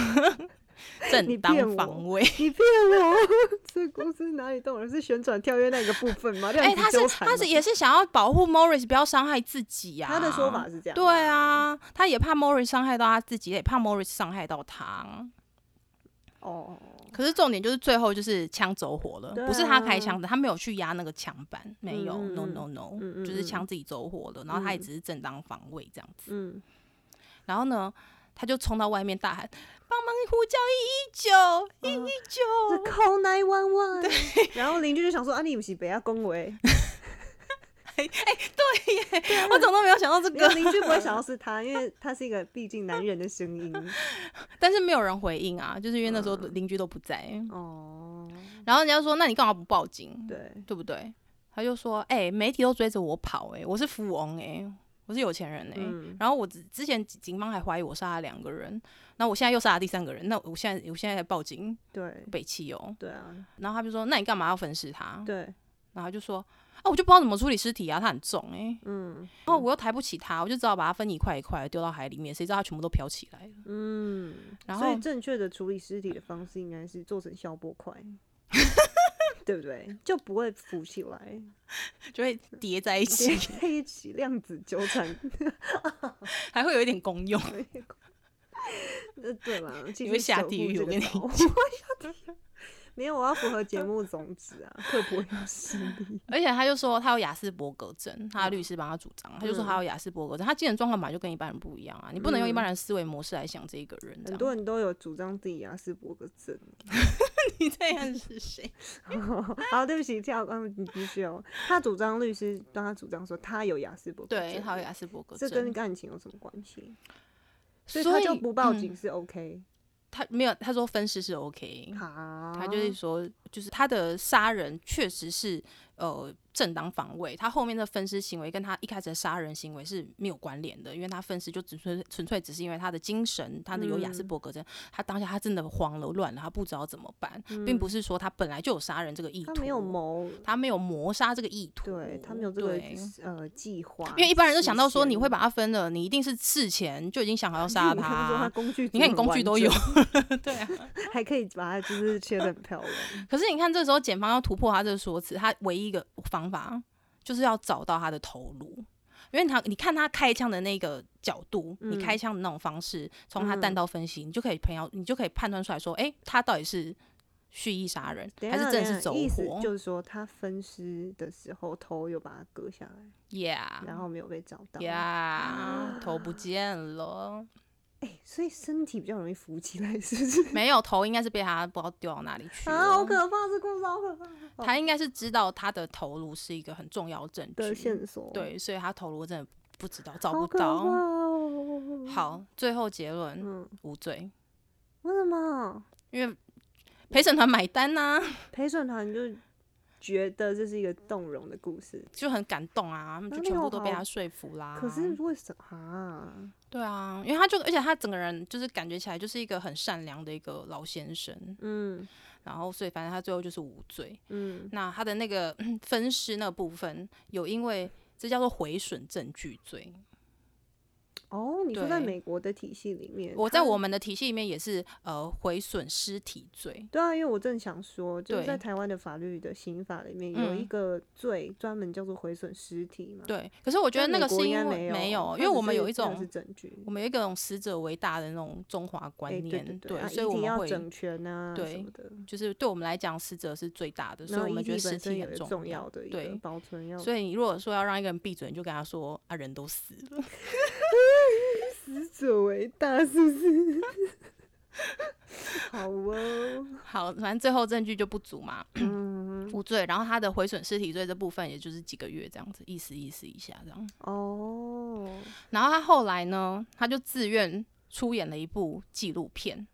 Speaker 3: 你
Speaker 2: 正当
Speaker 3: 骗我
Speaker 2: 防卫。
Speaker 3: 你骗我！ 这故事哪里动容？是旋转跳跃那个部分吗？量
Speaker 2: 哎、
Speaker 3: 子
Speaker 2: 他
Speaker 3: 纠
Speaker 2: 是
Speaker 3: 缠
Speaker 2: 他
Speaker 3: 吗
Speaker 2: 是也是想要保护 Morris 不要伤害自己呀、
Speaker 3: 他的说法是这样。
Speaker 2: 对，啊，他也怕 Morris 伤害到他自己，也怕 Morris 伤害到他。
Speaker 3: 哦，
Speaker 2: 可是重点就是最后就是枪走火了，
Speaker 3: 对啊
Speaker 2: 不是他开枪的，他没有去压那个枪板，没有、
Speaker 3: 嗯嗯
Speaker 2: n o
Speaker 3: 嗯
Speaker 2: no no，、
Speaker 3: 嗯嗯
Speaker 2: 就是枪自己走火了，然后他也只是正当防卫这样子。
Speaker 3: 嗯，
Speaker 2: 然后呢，他就冲到外面大喊：“帮忙呼叫一一九
Speaker 3: 一
Speaker 2: 一九
Speaker 3: 是嗯 call nine one one，然后邻居就想说啊，你不是被他恭 维，！”
Speaker 2: 我怎么都没有想到这
Speaker 3: 没有
Speaker 2: 个，
Speaker 3: 邻居不会想到是他，因为他是一个毕竟男人的声音。
Speaker 2: 但是没有人回应啊，就是因为那时候
Speaker 3: 嗯
Speaker 2: 邻居都不在。
Speaker 3: 哦，
Speaker 2: 然后人家说：“那你干嘛不报警？
Speaker 3: 对，
Speaker 2: 对不对？”他就说：“哎、媒体都追着我跑、哎，我是富翁、哎，我是有钱人、哎、
Speaker 3: 嗯，
Speaker 2: 然后我之之前警方还怀疑我杀了两个人，那我现在又杀了第三个人，那我现在我现在在报警
Speaker 3: 对，
Speaker 2: 北汽油，哦
Speaker 3: 对啊，
Speaker 2: 然后他就说，那你干嘛要分尸他？
Speaker 3: 对，
Speaker 2: 然后他就说啊，我就不知道怎么处理尸体啊，它很重哎、
Speaker 3: 嗯
Speaker 2: 然后我又抬不起它，我就只好把它分一块一块丢到海里面，谁知道它全部都飘起来了。
Speaker 3: 嗯，
Speaker 2: 然
Speaker 3: 所
Speaker 2: 后
Speaker 3: 以正确的处理尸体的方式应该是做成消波 块，对不对？就不会浮起来，
Speaker 2: 就会叠在一
Speaker 3: 叠
Speaker 2: 起，
Speaker 3: 在一起，量子纠缠。
Speaker 2: 还会有一点功用。
Speaker 3: 呃，对啦，继续
Speaker 2: 你会下
Speaker 3: 守
Speaker 2: 地
Speaker 3: 护
Speaker 2: 狱
Speaker 3: 这
Speaker 2: 我
Speaker 3: 个
Speaker 2: 跟你
Speaker 3: 岛我会下地狱。 没有，我要符合节目宗旨啊，刻薄有势力。
Speaker 2: 而且他就说他有雅斯伯格症，
Speaker 3: 嗯
Speaker 2: 他的律师帮他主张，他就说他有雅斯伯格症，他精神状况本来就跟一般人不一样啊，你不
Speaker 3: 嗯
Speaker 2: 能用一般人思维模式 来想这一个人。
Speaker 3: 很
Speaker 2: 这样
Speaker 3: 多人都有主张自己雅斯伯格症。
Speaker 2: 你这样是谁？
Speaker 3: 好，对不起，跳刚你继续哦。他主张律师帮他主张说他有雅斯伯格症，
Speaker 2: 对，他有雅斯伯格
Speaker 3: 这跟
Speaker 2: 症，
Speaker 3: 感情有什么关系？所
Speaker 2: 所
Speaker 3: 以他就
Speaker 2: 以
Speaker 3: 不报
Speaker 2: 嗯
Speaker 3: 警是 OK。
Speaker 2: 他没有，他说分尸是 OK，
Speaker 3: 好，
Speaker 2: 他就是说，就是他的杀人确实是呃正当防卫，他后面的分尸行为跟他一开始的杀人行为是没有关联的，因为他分尸就只纯纯粹只是因为他的精神，他的有雅斯
Speaker 3: 嗯
Speaker 2: 伯格症，他当下他真的慌了乱了，他不知道怎么办，并不是说他本来就有杀人这个意图，
Speaker 3: 嗯他没有，谋，
Speaker 2: 他没有谋杀这个意图，
Speaker 3: 对他没有这个
Speaker 2: 对
Speaker 3: 呃计划，
Speaker 2: 因为一般人都想到说
Speaker 3: 事
Speaker 2: 你
Speaker 3: 先
Speaker 2: 会把他分了，你一定是事前就已经 想好要杀
Speaker 3: 你看说他
Speaker 2: 他，
Speaker 3: 工具，，
Speaker 2: 你看你工具都有，对啊。
Speaker 3: 还可以把它就是切的很漂亮。
Speaker 2: 可是你看，这时候检方要突破他这个说辞，他唯一一个方法就是要找到他的头颅，因为他你看他开枪的那个角度，
Speaker 3: 嗯
Speaker 2: 你开枪的那种方式，从他弹道分析，你就可以朋友，你就可以判断出来说，哎、他到底是蓄意杀人
Speaker 3: 等一
Speaker 2: 还
Speaker 3: 下
Speaker 2: 是真的
Speaker 3: 等
Speaker 2: 是
Speaker 3: 一下
Speaker 2: 走
Speaker 3: 意思
Speaker 2: 火
Speaker 3: 就是说他分尸的时候头有把它割下来，
Speaker 2: ？Yeah，Yeah，、
Speaker 3: 然后没有被找到。啊
Speaker 2: Yeah，头不见了，
Speaker 3: 哎所以身体比较容易浮起来，是不是？
Speaker 2: 没有头，应该是被他不知道丢到哪里去 了。
Speaker 3: 啊，好可怕！这故事好可怕
Speaker 2: 他应该是知道他的头颅是一个很重要的证
Speaker 3: 的
Speaker 2: 据，
Speaker 3: 线索，，
Speaker 2: 对，所以他头颅真的不知道，找
Speaker 3: 好
Speaker 2: 不
Speaker 3: 可怕
Speaker 2: 到。
Speaker 3: 哦。
Speaker 2: 好，最后结论、
Speaker 3: 嗯，
Speaker 2: 无罪，
Speaker 3: 为什么
Speaker 2: 因为陪审团买单啊呐、
Speaker 3: 陪审团就觉得这是一个动容的故事？
Speaker 2: 就很感动啊，他们就
Speaker 3: 哪里
Speaker 2: 全部
Speaker 3: 有
Speaker 2: 都被
Speaker 3: 好
Speaker 2: 他说服啦。
Speaker 3: 可是，为什么啊？
Speaker 2: 对啊，因为他就，而且他整个人就是感觉起来就是一个很善良的一个老先生，
Speaker 3: 嗯
Speaker 2: 然后所以反正他最后就是无罪。
Speaker 3: 嗯，
Speaker 2: 那他的那个 分尸那个部分，有因为这叫做毁损证据罪，
Speaker 3: 哦，你说在
Speaker 2: 对
Speaker 3: 美国的体系里面，
Speaker 2: 我在
Speaker 3: 它
Speaker 2: 我们的体系里面也是呃毁损尸体罪。
Speaker 3: 对啊，因为我正想说，就是在
Speaker 2: 对
Speaker 3: 台湾的法律的刑法里面有一
Speaker 2: 嗯
Speaker 3: 个罪专门叫做毁损尸体嘛。，
Speaker 2: 对，可是我觉得那个是因为
Speaker 3: 没
Speaker 2: 没有，
Speaker 3: 它
Speaker 2: 因为
Speaker 3: 只
Speaker 2: 我们
Speaker 3: 是
Speaker 2: 有一
Speaker 3: 那个
Speaker 2: 种
Speaker 3: 是证据
Speaker 2: 我，们有一个那种死者为大的那种中华观
Speaker 3: 哎，
Speaker 2: 念，
Speaker 3: 对对啊
Speaker 2: 所
Speaker 3: 遗
Speaker 2: 以我
Speaker 3: 体
Speaker 2: 们
Speaker 3: 要
Speaker 2: 会
Speaker 3: 整全啊什
Speaker 2: 对
Speaker 3: 么的，
Speaker 2: 就是对我们来讲，死者是最大的，所
Speaker 3: 然后
Speaker 2: 以我
Speaker 3: 遗
Speaker 2: 们觉得
Speaker 3: 体
Speaker 2: 尸
Speaker 3: 本身
Speaker 2: 体
Speaker 3: 也
Speaker 2: 很
Speaker 3: 是
Speaker 2: 重
Speaker 3: 重要的一个
Speaker 2: 对
Speaker 3: 保存要
Speaker 2: 所以你如果说要让一个人闭嘴，你就跟他说啊，人都死 了，
Speaker 3: 死者为大，是不是？ 好哦，
Speaker 2: 好，反正最后证据就不足嘛，
Speaker 3: 嗯，
Speaker 2: 无罪。然后他的毁损尸体罪这部分，也就是几个月这样子，意思意思一下这样。
Speaker 3: 哦，
Speaker 2: 然后他后来呢，他就自愿出演了一部纪录片，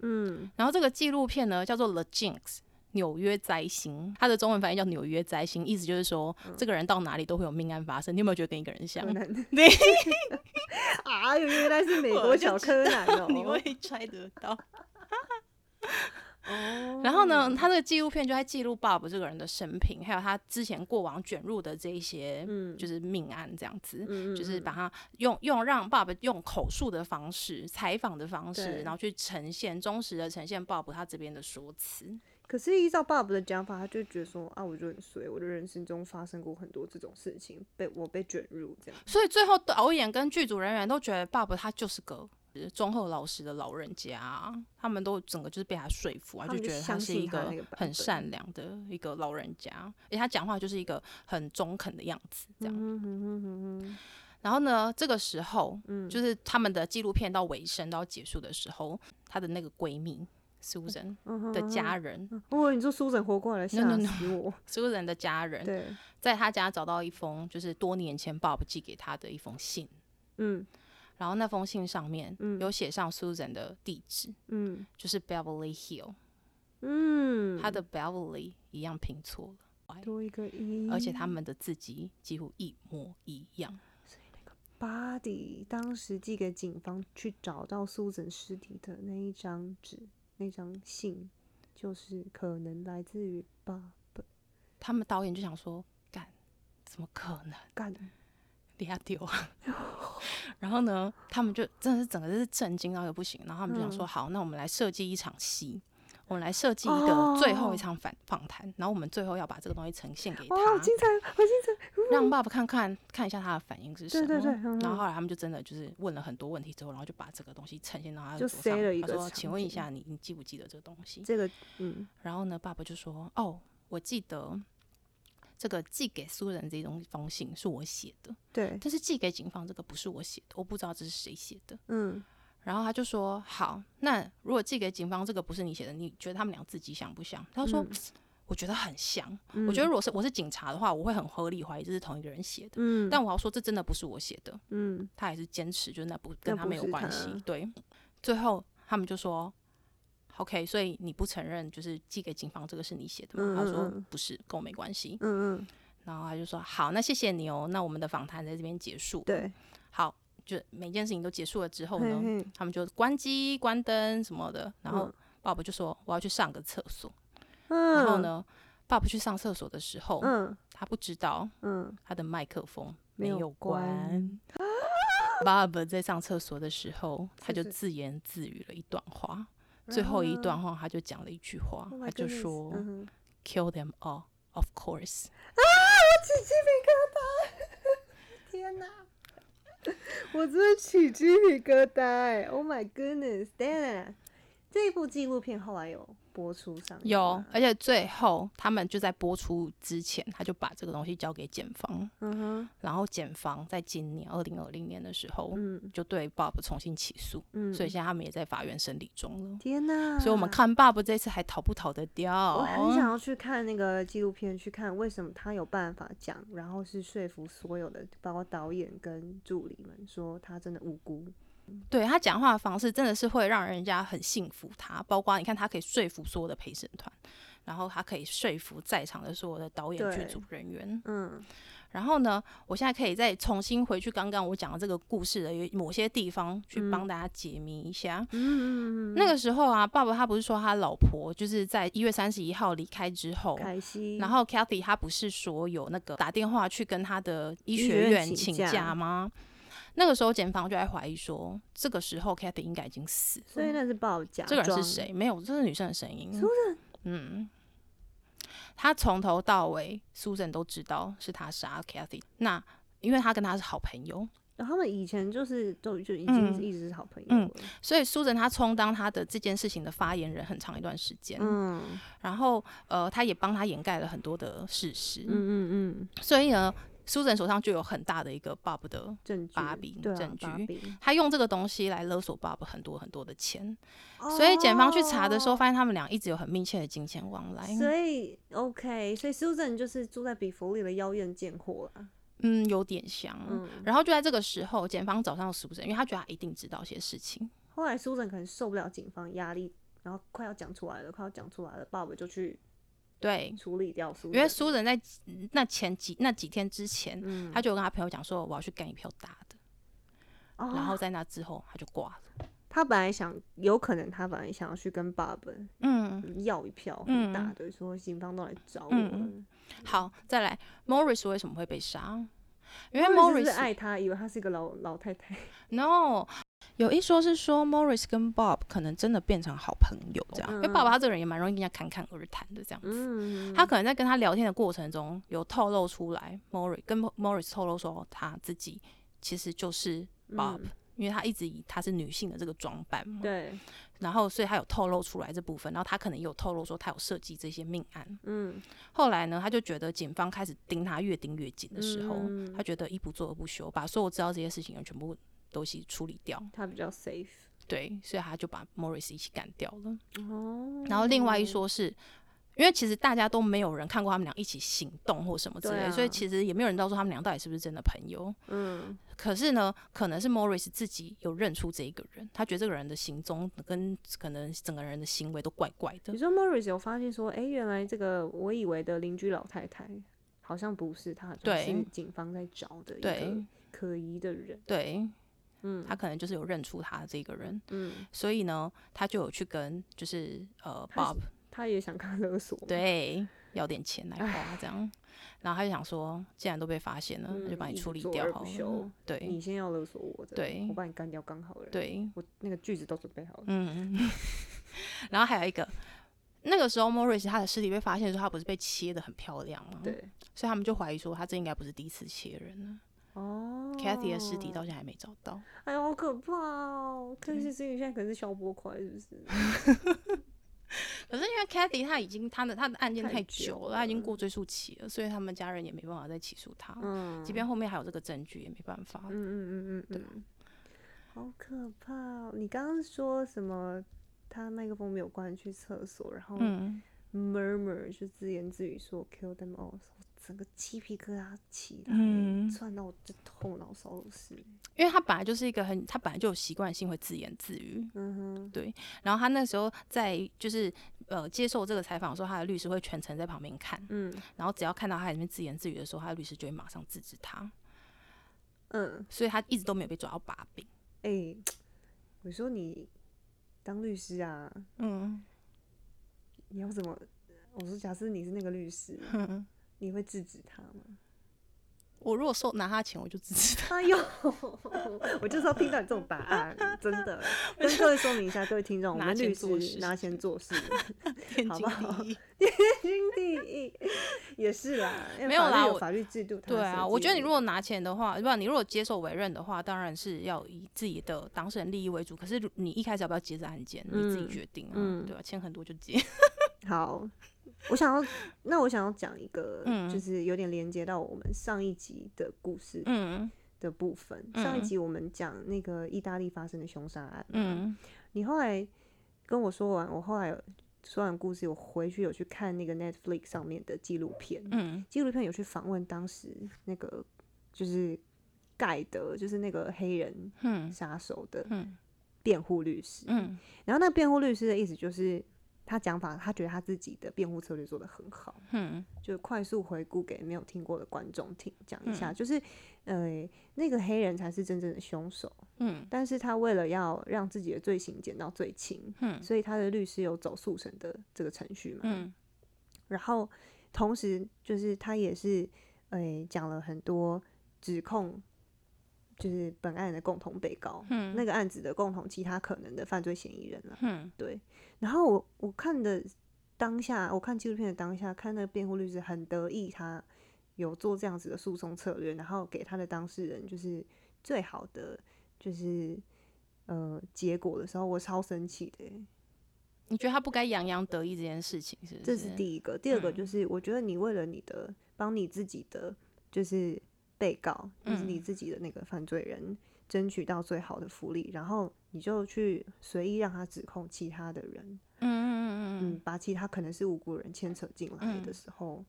Speaker 3: 嗯，
Speaker 2: 然后这个纪录片呢叫做《The Jinx》。纽约灾星，它的中文翻译叫《纽约灾星》，意思就是说，
Speaker 3: 嗯
Speaker 2: 这个人到哪里都会有命案发生。你有没有觉得跟一个人像
Speaker 3: 柯？南，
Speaker 2: 对，
Speaker 3: 哎呦，原来是美
Speaker 2: 我
Speaker 3: 国
Speaker 2: 就
Speaker 3: 小
Speaker 2: 知
Speaker 3: 柯南
Speaker 2: 你
Speaker 3: 哦，
Speaker 2: 会猜得到。
Speaker 3: 哦，
Speaker 2: 然后呢，他这个纪录片就在记录 Bob 这个人的生平，还有他之前过往卷入的这一些，
Speaker 3: 嗯
Speaker 2: 就是命案这样子，
Speaker 3: 嗯，嗯
Speaker 2: 就是
Speaker 3: 嗯
Speaker 2: 把他用用让 Bob 用口述的方式、采访的方式，
Speaker 3: 对
Speaker 2: 然后去呈现忠实的呈现 Bob 他这边的说辞。
Speaker 3: 可是依照爸爸的讲法，他就觉得说啊，我就很衰，我的人生中发生过很多这种事情，被我被卷入这样。
Speaker 2: 所以最后导演跟剧组人员都觉得 Bob 他就是个。呃忠厚老实的老人家，他们都整个就是被他说服啊，
Speaker 3: 他们就
Speaker 2: 觉得他是一
Speaker 3: 相信他那个版本
Speaker 2: 很善良的一个老人家，而且他讲话就是一个很中肯的样子，这样。
Speaker 3: 嗯哼哼哼哼
Speaker 2: 然后呢，这个时候，
Speaker 3: 嗯
Speaker 2: 就是他们的纪录片到尾声到结束的时候，她的那个闺蜜 Susan
Speaker 3: 嗯哼
Speaker 2: 的家人
Speaker 3: 哼，哦，你说苏晨活过来
Speaker 2: No, no,
Speaker 3: 吓
Speaker 2: no
Speaker 3: 死我。
Speaker 2: ，Susan 的家人
Speaker 3: 对，
Speaker 2: 在她家找到一封就是多年前 Bob 寄给她的一封信，
Speaker 3: 嗯
Speaker 2: 然后那封信上面
Speaker 3: 嗯
Speaker 2: 有写上 Susan 的地址，
Speaker 3: 嗯
Speaker 2: 就是 Beverly Hill，
Speaker 3: 嗯，
Speaker 2: 她的 Beverly 一样拼错了。
Speaker 3: 多一个一，
Speaker 2: 而且他们的字迹几乎一模一样，
Speaker 3: 巴迪当时寄给警方去找到苏晨尸体的那一张纸，那张信，就是可能来自于爸爸。
Speaker 2: 他们导演就想说，干怎么可能？
Speaker 3: 干，哦
Speaker 2: 给他丢啊！ 然后呢，他们就真的是整个就是震惊到一个不行。然后他们就想说，
Speaker 3: 嗯
Speaker 2: 好，那我们来设计一场戏，我们来设计一
Speaker 3: 哦
Speaker 2: 个最后一场反访谈，然后我们最后要把这个东西呈现给他
Speaker 3: 哇，，好精彩，好精彩，
Speaker 2: 让爸爸看看看一下他的反应是什
Speaker 3: 对
Speaker 2: 么。
Speaker 3: 对对嗯
Speaker 2: 然
Speaker 3: 嗯
Speaker 2: 后后来他们就真的就是问了很多问题之后，然后就把这个东西呈现到他的
Speaker 3: 就
Speaker 2: 手上。
Speaker 3: 塞了一
Speaker 2: 他
Speaker 3: 个
Speaker 2: 说：“请
Speaker 3: 场
Speaker 2: 问一
Speaker 3: 景
Speaker 2: 下你，你记不记得这个东西？”
Speaker 3: 这个嗯，
Speaker 2: 然后呢，爸爸就说：“哦，我记得这个寄给苏人这封封信是我写的，
Speaker 3: 对，
Speaker 2: 但是寄给警方这个不是我写的，我不知道这是谁写的。”
Speaker 3: 嗯，
Speaker 2: 然后他就说：“好，那如果寄给警方这个不是你写的，你觉得他们俩自己像不像？”他
Speaker 3: 嗯
Speaker 2: 说：“我觉得很像。我觉得如果是我是警察的话，我会很合理怀疑这是同一个人写的。
Speaker 3: 嗯，
Speaker 2: 但我要说，这真的不是我写的。
Speaker 3: 嗯，
Speaker 2: 他还是坚持，就是那不跟
Speaker 3: 那
Speaker 2: 他
Speaker 3: 不
Speaker 2: 没有
Speaker 3: 是
Speaker 2: 关系
Speaker 3: 他。
Speaker 2: 对，最后他们就说：“OK，所以你不承认就是寄给警方这个是你写的吗？”
Speaker 3: 嗯
Speaker 2: 他
Speaker 3: 嗯
Speaker 2: 说
Speaker 3: 嗯：“
Speaker 2: 不是，跟我没关系。
Speaker 3: 嗯嗯，”
Speaker 2: 然后他就说：“好，那谢谢你哦，那我们的访谈在这边结束。
Speaker 3: 对，
Speaker 2: 好，就每件事情都结束了之后呢，
Speaker 3: 嘿嘿，
Speaker 2: 他们就关机、关灯什么的。然后
Speaker 3: 嗯
Speaker 2: 爸爸就说：“我要去上个厕所。
Speaker 3: 嗯，
Speaker 2: 然后？呢，爸爸去上厕所的时候，
Speaker 3: 嗯
Speaker 2: 他不知道
Speaker 3: 嗯，
Speaker 2: 他的麦克风没
Speaker 3: 没有
Speaker 2: 有
Speaker 3: 关
Speaker 2: 关。爸 爸在上厕所的时候，他就是自言自语了一段话。最后一段话，他就讲了一句话，
Speaker 3: Oh my
Speaker 2: 他就
Speaker 3: goodness，
Speaker 2: 说
Speaker 3: 嗯 Oh 哼
Speaker 2: “Kill them all, of course”。
Speaker 3: 起鸡皮疙瘩！天哪， 我真的起鸡皮疙瘩、欸、！Oh my goodness，Dana，这一部纪录片后来有播出上映
Speaker 2: 有
Speaker 3: 吗，
Speaker 2: 而且最后他们就在播出之前，他就把这个东西交给检方，
Speaker 3: 嗯哼，
Speaker 2: 然后检方在今年二零二零年的时候，
Speaker 3: 嗯
Speaker 2: 就对 Bob 重新起诉，
Speaker 3: 嗯，啊
Speaker 2: 所以现在他们也在法院审理中了。
Speaker 3: 天哪，
Speaker 2: 所以我们。看 Bob 这次还逃不逃得掉？
Speaker 3: 我很想要去看那个纪录片，去看为什么他有办法讲，然后是说服所有的，包括导演跟助理们，说他真的无辜。
Speaker 2: 对他讲话的方式真的是会让人家很信服他，包括你看他可以说服所有的陪审团，然后他可以说服在场的所有的导演、剧
Speaker 3: 对
Speaker 2: 组人员。
Speaker 3: 嗯
Speaker 2: 然后呢，我现在可以再重新回去刚刚我讲的这个故事的有某些地方去帮大家解谜一下。
Speaker 3: 嗯嗯嗯嗯，
Speaker 2: 那个时候啊，爸爸他不是说他老婆就是在一月三十一号离开之后。
Speaker 3: 凯西，
Speaker 2: 哦然后 Kathy 她不是说有那个打电话去跟她的医
Speaker 3: 医
Speaker 2: 学
Speaker 3: 学院
Speaker 2: 院
Speaker 3: 请
Speaker 2: 请
Speaker 3: 假
Speaker 2: 假吗？那个时候检方就在怀疑说，这个时候 Kathy 应该已经死了。
Speaker 3: 所以那是报假
Speaker 2: 嗯这个人
Speaker 3: 装
Speaker 2: 是？谁？没有，这是女生的声音。嗯，他从头到尾，Susan 都知道是他杀 Kathy。那因为他跟他是好朋友，
Speaker 3: 然后他们以前就是都就已经
Speaker 2: 嗯
Speaker 3: 是一直是好朋友
Speaker 2: 嗯
Speaker 3: 了。
Speaker 2: 所以 Susan 他充当他的这件事情的发言人很长一段时间。
Speaker 3: 嗯
Speaker 2: 然后呃，他也帮他掩盖了很多的事实。
Speaker 3: 嗯嗯，
Speaker 2: 所以呢，Susan 手上就有很大的一个 Bob 的
Speaker 3: 证据，
Speaker 2: 把柄
Speaker 3: 对啊，
Speaker 2: 证据
Speaker 3: 把柄
Speaker 2: 他用这个东西来勒索 Bob 很多很多的钱，所以检方去查的时候，
Speaker 3: 哦
Speaker 2: 发现他们俩一直有很密切的金钱往来。
Speaker 3: 所以 OK，所以 Susan 就是住在比弗利的妖艳贱货啦。
Speaker 2: 嗯，有点像。
Speaker 3: 嗯
Speaker 2: 然后就在这个时候，检方找上 Susan，因为他觉得他一定知道些事情。
Speaker 3: 后来 Susan 可能受不了警方压力，然后快要讲出来了，快要讲出来了，Bob 就去
Speaker 2: 对，
Speaker 3: 处理掉 Susan。
Speaker 2: 因为 Susan 在那前几那几天之前，
Speaker 3: 嗯
Speaker 2: 他就跟他朋友讲说我要去干一票大的，
Speaker 3: 哦
Speaker 2: 然后在那之后他就挂了。
Speaker 3: 他本来想，有可能他本来想要去跟 Bob
Speaker 2: 嗯，
Speaker 3: 要一票
Speaker 2: 嗯
Speaker 3: 很大的，说警方都来找我了。
Speaker 2: 嗯好，再来，Morris 为什么会被杀？因为
Speaker 3: Morris 是不是
Speaker 2: Morris
Speaker 3: 爱他，以为他是一个老老太太。
Speaker 2: no。有一说是说，Morris 跟 Bob 可能真的变成好朋友这样，因为爸爸他这个人也蛮容易跟人家侃侃而谈的这样子。
Speaker 3: 嗯，
Speaker 2: 他可能在跟他聊天的过程中有透露出来，Morris 跟 Morris 透露说他自己其实就是
Speaker 3: 嗯
Speaker 2: Bob，、因为他一直以他是女性的这个装扮嘛，
Speaker 3: 对，
Speaker 2: 然后所以他有透露出来这部分，然后他可能也有透露说他有设计这些命案。
Speaker 3: 嗯，
Speaker 2: 后来呢，他就觉得警方开始盯他越盯越紧的时候，
Speaker 3: 嗯
Speaker 2: 他觉得一不做二不休，把所有知道这些事情的全部都一起处理掉，
Speaker 3: 他比较 safe。
Speaker 2: 对，所以他就把 Morris 一起干掉了。
Speaker 3: 哦，
Speaker 2: 然后另外一说是。因为其实大家都没有人看过他们俩一起行动或什么之类，
Speaker 3: 对啊
Speaker 2: 所以其实也没有人知道说他们俩到底是不是真的朋友。
Speaker 3: 嗯，
Speaker 2: 可是呢，可能是 Morris 自己有认出这一个人，他觉得这个人的行踪跟可能整个人的行为都怪怪的
Speaker 3: 你。说 Morris 有发现说，哎、原来这个我以为的邻居老太太好像不是他，
Speaker 2: 对
Speaker 3: 是警方在找的一
Speaker 2: 对
Speaker 3: 个可疑的人。
Speaker 2: 对，
Speaker 3: 嗯
Speaker 2: 他可能就是有认出他这个人，
Speaker 3: 嗯，
Speaker 2: 所以呢，他就有去跟就是呃
Speaker 3: 他
Speaker 2: Bob
Speaker 3: 是他也想看勒索。，
Speaker 2: 对，要点钱来花这样。然后他就想说，既然都被发现了，那就把
Speaker 3: 嗯
Speaker 2: 你
Speaker 3: 一
Speaker 2: 处
Speaker 3: 直
Speaker 2: 理
Speaker 3: 做
Speaker 2: 掉
Speaker 3: 二不
Speaker 2: 好
Speaker 3: 休
Speaker 2: 了。
Speaker 3: 你
Speaker 2: 对
Speaker 3: 先要勒索我的，
Speaker 2: 对
Speaker 3: 我把你干掉刚好了。，
Speaker 2: 对，
Speaker 3: 我那个句子都准备好了。
Speaker 2: 嗯， 然后还有一个，那个时候 Morris 他的尸体被发现的时候，他不是被切的很漂亮吗？，
Speaker 3: 对，
Speaker 2: 所以他们就怀疑说他这应该不是第一次切人了。
Speaker 3: 哦
Speaker 2: Kathy 的尸体到现在还没找到，
Speaker 3: 哎呦，好可怕哦！可
Speaker 2: 嗯
Speaker 3: 是这个现在可能是消波块，是不是？
Speaker 2: 可是因为 Kathy 他已经他的他的案件
Speaker 3: 太
Speaker 2: 太
Speaker 3: 久
Speaker 2: 久了，他已经
Speaker 3: 了
Speaker 2: 过追诉期了，所以他们家人也没办法再起诉他，
Speaker 3: 嗯，
Speaker 2: 即便后面还有这个证据也没办法。
Speaker 3: 嗯嗯嗯嗯嗯，好可怕、哦！你刚刚说什么？他麦克风没有关，去厕所，然后
Speaker 2: 嗯，
Speaker 3: murmur 就自言自语说 “kill them all”，我整个鸡皮疙瘩起来，
Speaker 2: 嗯
Speaker 3: 窜到我的头脑勺都是。
Speaker 2: 因为他本来就是一个很，他本来就有习惯性会自言自语，
Speaker 3: 嗯哼，
Speaker 2: 然后他那时候在就是呃接受这个采访的时候，他的律师会全程在旁边看，
Speaker 3: 嗯
Speaker 2: 然后只要看到他在里面自言自语的时候，他的律师就会马上制止他，
Speaker 3: 嗯，
Speaker 2: 所以他一直都没有被抓到把柄。
Speaker 3: 哎、我说你当律师啊，
Speaker 2: 嗯，
Speaker 3: 你要怎么？我说，假设你是那个律师，你会制止他吗？
Speaker 2: 我如果收拿他钱，我就制止他。
Speaker 3: 哎呦， 我就是要听到你这种答案，真 的。跟各位说明一下，各位听众，我
Speaker 2: 拿
Speaker 3: 们律
Speaker 2: 钱做
Speaker 3: 师
Speaker 2: 事
Speaker 3: 拿钱做事，
Speaker 2: 天
Speaker 3: 好
Speaker 2: 经
Speaker 3: 不好
Speaker 2: 地义。
Speaker 3: 军第一也是啦，因为
Speaker 2: 没有
Speaker 3: 法律
Speaker 2: 啦
Speaker 3: 有
Speaker 2: 我
Speaker 3: 法律制度。它
Speaker 2: 对
Speaker 3: 设
Speaker 2: 啊，我
Speaker 3: 计
Speaker 2: 觉得你
Speaker 3: 的
Speaker 2: 如果拿钱的话，不然你如果接受委任的话，当然是要以自己的当事人利益为主。可是如你一开始要不要接这案件，你自己
Speaker 3: 嗯
Speaker 2: 决定啊，
Speaker 3: 嗯
Speaker 2: 对吧、钱很多就接。
Speaker 3: 好，我想要，那我想要讲一个，
Speaker 2: 嗯
Speaker 3: 就是有点连接到我们上一集的故事
Speaker 2: 嗯
Speaker 3: 的部分。上一
Speaker 2: 嗯
Speaker 3: 集我们讲那个意大利发生的凶杀案，，
Speaker 2: 嗯
Speaker 3: 你后来跟我说完，我后来有说完故事，我回去有去看那个 Netflix 上面的纪录片，
Speaker 2: 嗯
Speaker 3: 纪录片有去访问当时那个就是盖德，就是那个黑人
Speaker 2: 嗯
Speaker 3: 杀手的
Speaker 2: 嗯
Speaker 3: 辩护律师，
Speaker 2: 嗯
Speaker 3: 然后那个辩护律师的意思就是，他讲法，他觉得他自己的辩护策略做得很好，
Speaker 2: 嗯
Speaker 3: 就快速回顾给没有听过的观众听讲一下，
Speaker 2: 嗯
Speaker 3: 就是，呃，那个黑人才是真正的凶手，
Speaker 2: 嗯
Speaker 3: 但是他为了要让自己的罪行减到最轻，
Speaker 2: 嗯
Speaker 3: 所以他的律师有走速审的这个程序嘛，
Speaker 2: 嗯
Speaker 3: 然后同时就是他也是，呃，讲了很多指控，就是本案的共同被告，
Speaker 2: 嗯
Speaker 3: 那个案子的共同其他可能的犯罪嫌疑人啦。
Speaker 2: 嗯
Speaker 3: 对，然后我我看的当下，我看纪录片的当下，看那个辩护律师很得意，他有做这样子的诉讼策略，然后给他的当事人就是最好的就是呃结果的时候，我超生气的欸、
Speaker 2: 你觉得他不该洋洋得意这件事情是不
Speaker 3: 这
Speaker 2: 是？
Speaker 3: 是第一个，第
Speaker 2: 嗯
Speaker 3: 二个就是我觉得你为了你的帮你自己的就是被告，就是你
Speaker 2: 嗯
Speaker 3: 自己的那个犯罪人。争取到最好的福利，然后你就去随意让他指控其他的人，
Speaker 2: 嗯嗯嗯
Speaker 3: 嗯，把其他可能是无辜人牵扯进来的
Speaker 2: 嗯
Speaker 3: 时候，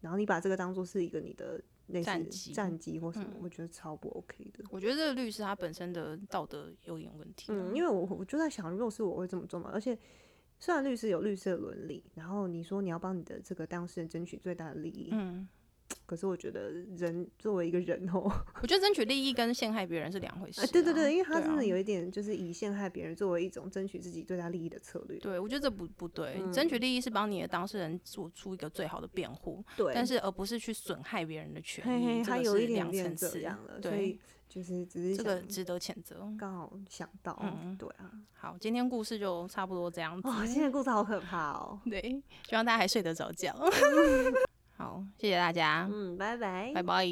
Speaker 3: 然后你把这个当做是一个你的类似
Speaker 2: 战绩
Speaker 3: 战绩或什么，
Speaker 2: 嗯
Speaker 3: 我觉得超不 OK 的。
Speaker 2: 我觉得这个律师他本身的道德有点问题啊。
Speaker 3: 嗯，因为我我就在想，如果是我会这么做嘛，而且虽然律师有律师的伦理，然后你说你要帮你的这个当事人争取最大的利益，
Speaker 2: 嗯，
Speaker 3: 可是我觉得人作为一个人哦，
Speaker 2: 我觉得争取利益跟陷害别人是两回事、
Speaker 3: 啊，对对对，因为他
Speaker 2: 对啊
Speaker 3: 真的有一点就是以陷害别人作为一种争取自己最大利益的策略。
Speaker 2: 对，我觉得这不不对。
Speaker 3: 嗯
Speaker 2: 争取利益是帮你的当事人做出一个最好的辩护，
Speaker 3: 对，
Speaker 2: 但是而不是去损害别人的权
Speaker 3: 嘿
Speaker 2: 益，
Speaker 3: 嘿，
Speaker 2: 这
Speaker 3: 他
Speaker 2: 个
Speaker 3: 有
Speaker 2: 是
Speaker 3: 一点
Speaker 2: 两
Speaker 3: 点
Speaker 2: 层
Speaker 3: 这
Speaker 2: 次
Speaker 3: 样了，所以
Speaker 2: 对，
Speaker 3: 就是只是
Speaker 2: 这个
Speaker 3: 想
Speaker 2: 值得谴责。
Speaker 3: 刚好想到，
Speaker 2: 嗯
Speaker 3: 对啊，
Speaker 2: 好，今天故事就差不多这样子。
Speaker 3: 哦，现在故事好可怕哦。
Speaker 2: 对， 希望大家还睡得着觉。好，谢谢大家，
Speaker 3: 嗯，拜拜
Speaker 2: 拜拜。